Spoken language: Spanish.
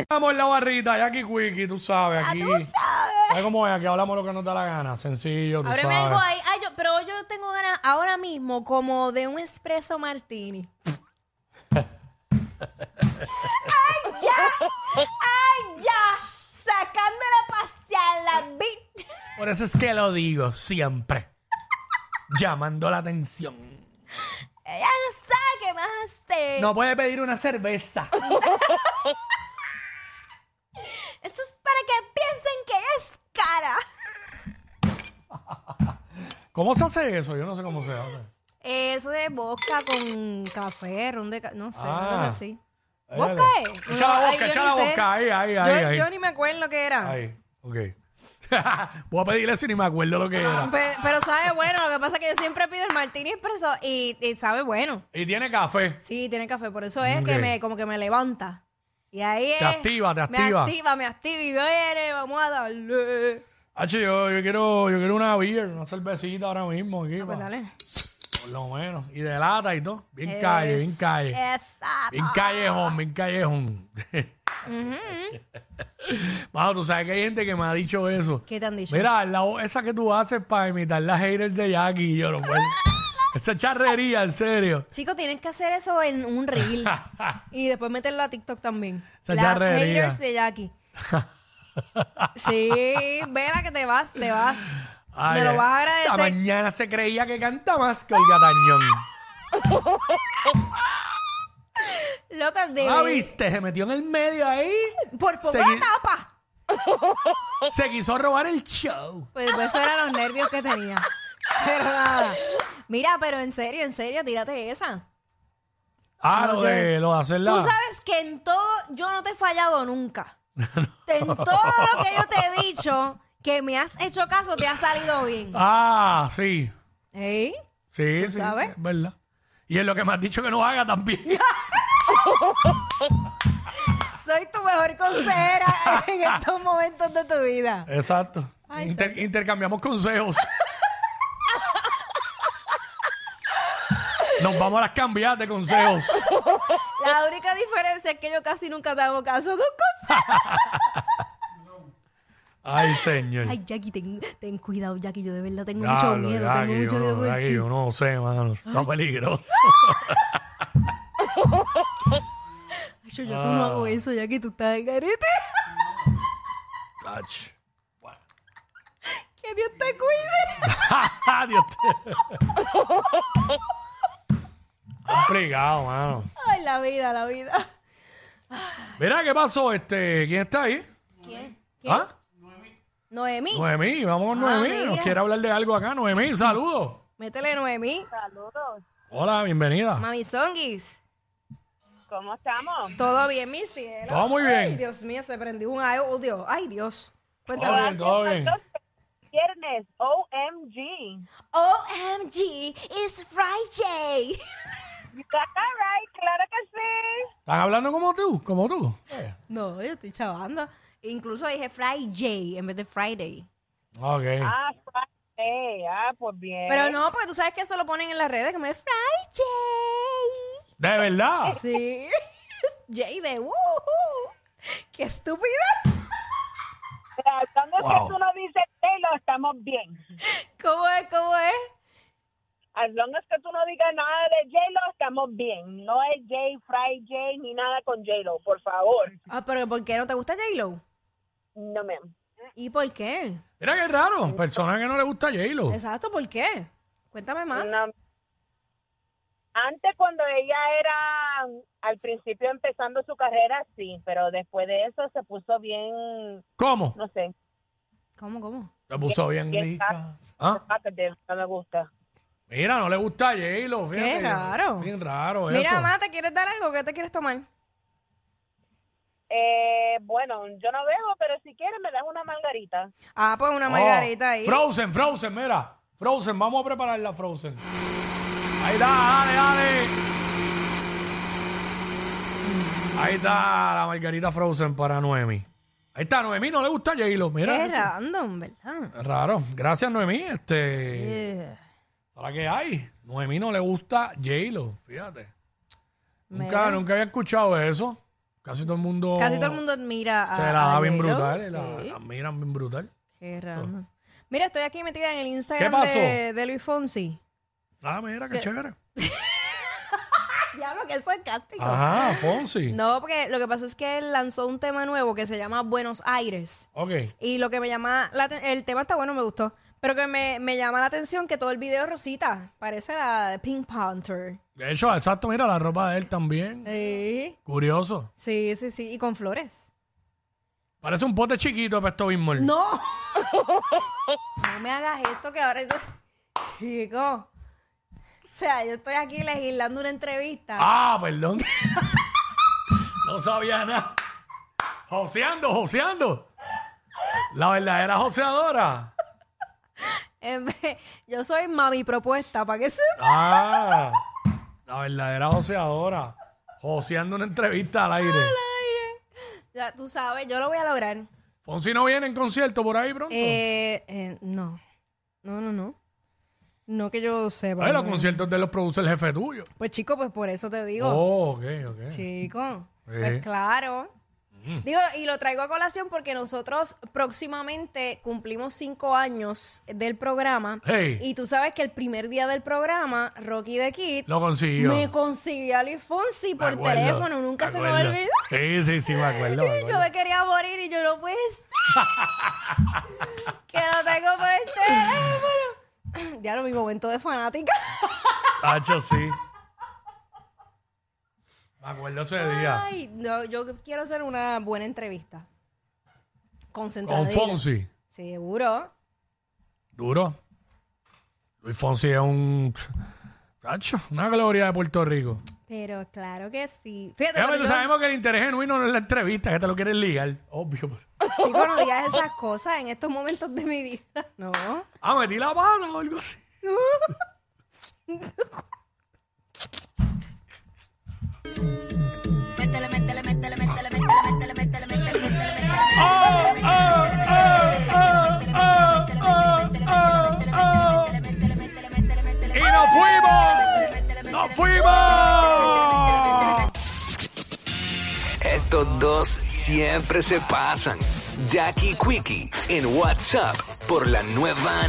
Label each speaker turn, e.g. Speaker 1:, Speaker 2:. Speaker 1: Estamos en la barrita, y aquí Quickie, tú sabes, aquí.
Speaker 2: Ah, Tú sabes.
Speaker 1: ¿Sabes cómo es? Aquí hablamos lo que nos da la gana, sencillo, tú
Speaker 2: Ábreme algo
Speaker 1: sabes.
Speaker 2: ahí. Ay, yo- pero yo tengo ganas ahora mismo como de un espresso martini. ¡Ay, ya! ¡Ay, ya! Sacándole a pasear la bit.
Speaker 1: Por eso es que lo digo siempre. Llamando la atención.
Speaker 2: Ella no sabe qué más hacer.
Speaker 1: No puede pedir una cerveza.
Speaker 2: Eso es para que piensen que ella es cara.
Speaker 1: ¿Cómo se hace eso? Yo no sé cómo se hace.
Speaker 2: Eso de boca con café, ron de ca- no sé,
Speaker 1: Ah.
Speaker 2: no sé así.
Speaker 1: Ahí,
Speaker 2: ¿Boca
Speaker 1: ahí.
Speaker 2: es?
Speaker 1: Echa la
Speaker 2: No, ay,
Speaker 1: boca,
Speaker 2: yo
Speaker 1: echa
Speaker 2: ni
Speaker 1: la
Speaker 2: sé.
Speaker 1: boca. Ahí, ahí,
Speaker 2: Yo,
Speaker 1: ahí. ahí.
Speaker 2: yo ni me acuerdo qué era.
Speaker 1: Ahí, ok. Voy a pedirle si ni me acuerdo lo que era.
Speaker 2: Pe- Pero sabe bueno, lo que pasa es que yo siempre pido el martini expreso y, y sabe bueno.
Speaker 1: Y tiene café.
Speaker 2: Sí, tiene café, por eso es
Speaker 1: Ok.
Speaker 2: que me como que me levanta. Y ahí
Speaker 1: Te
Speaker 2: es-
Speaker 1: activa, te
Speaker 2: Me
Speaker 1: activa.
Speaker 2: activa, me activa y viene, vamos a darle.
Speaker 1: Hacho, yo, yo quiero, yo quiero una beer, una cervecita ahora mismo aquí.
Speaker 2: Pues
Speaker 1: pa-
Speaker 2: dale.
Speaker 1: por lo menos. Y de lata y todo. Bien calle, bien calle.
Speaker 2: Exacto.
Speaker 1: Bien callejón, bien callejón. Mano, tú sabes que hay gente que me ha dicho eso.
Speaker 2: ¿Qué te han dicho?
Speaker 1: Mira, la voz esa que tú haces para imitar las haters de Jackie y yo no puedo. Esa charrería, en serio.
Speaker 2: Chicos, tienen que hacer eso en un reel. y después meterlo a TikTok también.
Speaker 1: Esa
Speaker 2: Las
Speaker 1: charrería.
Speaker 2: haters de Jackie. sí, vela que te vas, te vas.
Speaker 1: Ay,
Speaker 2: Me lo
Speaker 1: ay.
Speaker 2: vas a agradecer.
Speaker 1: Esta mañana se creía que canta más que Olga Tañón.
Speaker 2: Loca, de
Speaker 1: ¿La Ah, viste? Se metió en el medio ahí.
Speaker 2: Por poco
Speaker 1: Segui-
Speaker 2: la tapa.
Speaker 1: Se quiso robar el show.
Speaker 2: Pues, pues, eso eran los nervios que tenía. Pero nada. Mira, pero en serio, en serio, tírate esa.
Speaker 1: Ah,
Speaker 2: No,
Speaker 1: lo
Speaker 2: yo-
Speaker 1: de, lo de hacerla.
Speaker 2: Tú sabes que en todo yo no te he fallado nunca. En todo lo que yo te he dicho que me has hecho caso te ha salido bien.
Speaker 1: Ah, sí.
Speaker 2: ¿Eh?
Speaker 1: Sí, sí,
Speaker 2: sabes?
Speaker 1: sí, es verdad. Y es lo que me has dicho que no haga también.
Speaker 2: Soy tu mejor consejera en estos momentos de tu vida.
Speaker 1: Exacto.
Speaker 2: Ay,
Speaker 1: Inter- intercambiamos consejos. Nos vamos a las cambiar de consejos.
Speaker 2: La única diferencia es que yo casi nunca te hago caso. Dos cosas.
Speaker 1: Ay, señor.
Speaker 2: Ay, Jackie, ten, ten cuidado, Jackie. Yo de verdad tengo mucho
Speaker 1: Diablo,
Speaker 2: miedo.
Speaker 1: Jackie,
Speaker 2: tengo mucho
Speaker 1: yo,
Speaker 2: miedo.
Speaker 1: no,
Speaker 2: por
Speaker 1: Jackie,
Speaker 2: ti.
Speaker 1: yo no sé, mano. Está peligroso.
Speaker 2: Ay, yo, yo tú no hago eso, Jackie. Tú estás en garete.
Speaker 1: Ach. Bueno.
Speaker 2: Que Dios te cuide.
Speaker 1: Dios te- Complicado, mano.
Speaker 2: Ay, la vida, la vida.
Speaker 1: Mira, ¿qué pasó? Este, ¿Quién está ahí?
Speaker 2: ¿Quién? ¿Quién?
Speaker 1: ¿Ah?
Speaker 2: Noemí.
Speaker 1: Noemí, vamos con
Speaker 2: Ah,
Speaker 1: Noemí. Nos
Speaker 2: mira.
Speaker 1: quiere hablar de algo acá. Noemí, saludos.
Speaker 2: Métele Noemí.
Speaker 1: Hola, bienvenida.
Speaker 2: Mami Songuis.
Speaker 3: ¿Cómo estamos?
Speaker 2: Todo bien, mi cielo.
Speaker 1: Todo muy bien.
Speaker 2: Ay, Dios mío, se prendió un audio. Ay, Dios.
Speaker 1: Todo
Speaker 2: Cuéntame.
Speaker 1: bien, todo bien.
Speaker 3: Viernes, OMG.
Speaker 2: OMG, it's Friday.
Speaker 3: That's all right, claro que sí.
Speaker 1: ¿Están hablando como tú? ¿Como tú? Eh,
Speaker 2: No, yo estoy chavando. Incluso dije Friday en vez de Friday.
Speaker 1: Ok.
Speaker 3: Ah, Friday. Ah, pues bien.
Speaker 2: Pero no, porque tú sabes que eso lo ponen en las redes como es Friday.
Speaker 1: ¿De verdad?
Speaker 2: Sí. Jay de woohoo. ¡Qué estúpida!
Speaker 3: Mira, ¿Cuándo es
Speaker 1: Wow.
Speaker 3: que tú no dices Taylor, estamos bien?
Speaker 2: ¿Cómo es? ¿Cómo es?
Speaker 3: As long as que tú no digas nada de J-Lo, estamos bien. No es J, Fry J, ni nada con J-Lo, por favor.
Speaker 2: Ah, pero ¿por qué no te gusta J-Lo?
Speaker 3: No, ma'am.
Speaker 2: ¿Y por qué?
Speaker 1: Mira qué raro. Persona que no le gusta J-Lo.
Speaker 2: Exacto, ¿por qué? Cuéntame más.
Speaker 3: No. Antes cuando ella era al principio empezando su carrera, sí, pero después de eso se puso bien,
Speaker 1: ¿Cómo?
Speaker 3: no sé,
Speaker 2: ¿Cómo, cómo?
Speaker 1: Se puso bien
Speaker 3: bien
Speaker 1: rica. ¿Ah?
Speaker 3: Academic, no me gusta.
Speaker 1: Mira, no le gusta J-Lo. fíjate que-
Speaker 2: raro.
Speaker 1: Bien raro eso.
Speaker 2: Mira, mamá, ¿te quieres dar algo? ¿Qué te quieres tomar?
Speaker 3: Eh, bueno, yo no bebo, pero si quieres me das una margarita.
Speaker 2: Ah, pues una
Speaker 1: Oh,
Speaker 2: margarita ahí.
Speaker 1: Frozen, Frozen, mira. Frozen, vamos a prepararla, Frozen. Ahí está, dale, dale. Ahí está la margarita Frozen para Noemi. Ahí está, Noemi no le gusta J-Lo, mira.
Speaker 2: Qué random, ¿verdad?
Speaker 1: Es Raro. Gracias, Noemí.
Speaker 2: Eh.
Speaker 1: Este,
Speaker 2: Yeah.
Speaker 1: ¿Para qué hay? Noemí no le gusta J-Lo, fíjate. Nunca, nunca había escuchado eso. Casi todo el mundo...
Speaker 2: Casi todo el mundo admira a
Speaker 1: Se la da
Speaker 2: a
Speaker 1: bien
Speaker 2: J-Lo.
Speaker 1: brutal, eh, la,
Speaker 2: Sí.
Speaker 1: la miran bien brutal.
Speaker 2: Qué raro. Mira, estoy aquí metida en el
Speaker 1: ¿Qué
Speaker 2: Instagram
Speaker 1: pasó?
Speaker 2: de, de Luis Fonsi.
Speaker 1: Ah, mira, qué chévere.
Speaker 2: Diablo, qué sarcástico.
Speaker 1: Ajá, Fonsi.
Speaker 2: No, porque lo que pasa es que él lanzó un tema nuevo que se llama Buenos Aires.
Speaker 1: Ok.
Speaker 2: Y lo que me llama, la te- el tema está bueno, me gustó. Pero que me, me llama la atención que todo el video es rosita. Parece la de Pink Panther.
Speaker 1: De hecho, exacto, mira la ropa de él también.
Speaker 2: Sí.
Speaker 1: Curioso.
Speaker 2: Sí, sí, sí. Y con flores.
Speaker 1: Parece un pote chiquito para esto mismo.
Speaker 2: ¡No! no me hagas esto que ahora... Chico. O sea, yo estoy aquí legislando una entrevista.
Speaker 1: Ah, perdón. no sabía nada. Joseando, joseando. La verdadera joseadora.
Speaker 2: En vez- Yo soy mami propuesta, ¿para qué se...?
Speaker 1: Ah, la verdadera joseadora. Joseando una entrevista al aire.
Speaker 2: Ya, tú sabes, yo lo voy a lograr.
Speaker 1: Fonsi no viene en concierto por ahí pronto.
Speaker 2: Eh, eh, no. No, no, no. No que yo sepa.
Speaker 1: Ay, los
Speaker 2: no.
Speaker 1: conciertos de los produce el jefe tuyo.
Speaker 2: Pues chico, pues por eso te digo.
Speaker 1: Oh, ok, ok.
Speaker 2: Chico,
Speaker 1: Sí.
Speaker 2: pues claro.
Speaker 1: Mm.
Speaker 2: Digo, y lo traigo a colación porque nosotros próximamente cumplimos cinco años del programa.
Speaker 1: Hey.
Speaker 2: Y tú sabes que el primer día del programa, Rocky de Kid
Speaker 1: Lo consiguió.
Speaker 2: me consiguió a Luis Fonsi
Speaker 1: Me
Speaker 2: por
Speaker 1: acuerdo,
Speaker 2: teléfono. Nunca
Speaker 1: me
Speaker 2: se me va a
Speaker 1: acuerdo. Sí,
Speaker 2: olvidar.
Speaker 1: sí, sí, me acuerdo. me
Speaker 2: Y yo
Speaker 1: acuerdo.
Speaker 2: me quería morir y yo no puedo que lo tengo por el teléfono. Ya lo mi momento de fanática.
Speaker 1: Tacho, sí. Me acuerdo ese día.
Speaker 2: Ay, no, yo quiero hacer una buena entrevista. Concentrada.
Speaker 1: Con Fonsi.
Speaker 2: Seguro.
Speaker 1: Duro. Luis Fonsi es un. Tacho, una gloria de Puerto Rico.
Speaker 2: Pero claro que sí. Fíjate,
Speaker 1: Obviamente
Speaker 2: pero yo-
Speaker 1: sabemos que el interés genuino no es la entrevista, que te lo quieres ligar. Obvio.
Speaker 2: chico, no digas esas cosas en estos momentos de mi vida. No.
Speaker 1: Ah, metí la mano o algo así.
Speaker 4: Métele, métele, métele, métele, métele, métele, métele, métele, métele, métele.
Speaker 1: Oh, oh, oh, oh, oh, oh, oh, oh. ¡Y nos fuimos! ¡Nos fuimos!
Speaker 5: Estos dos siempre se pasan. Jackie Quickie en WhatsApp por la nueva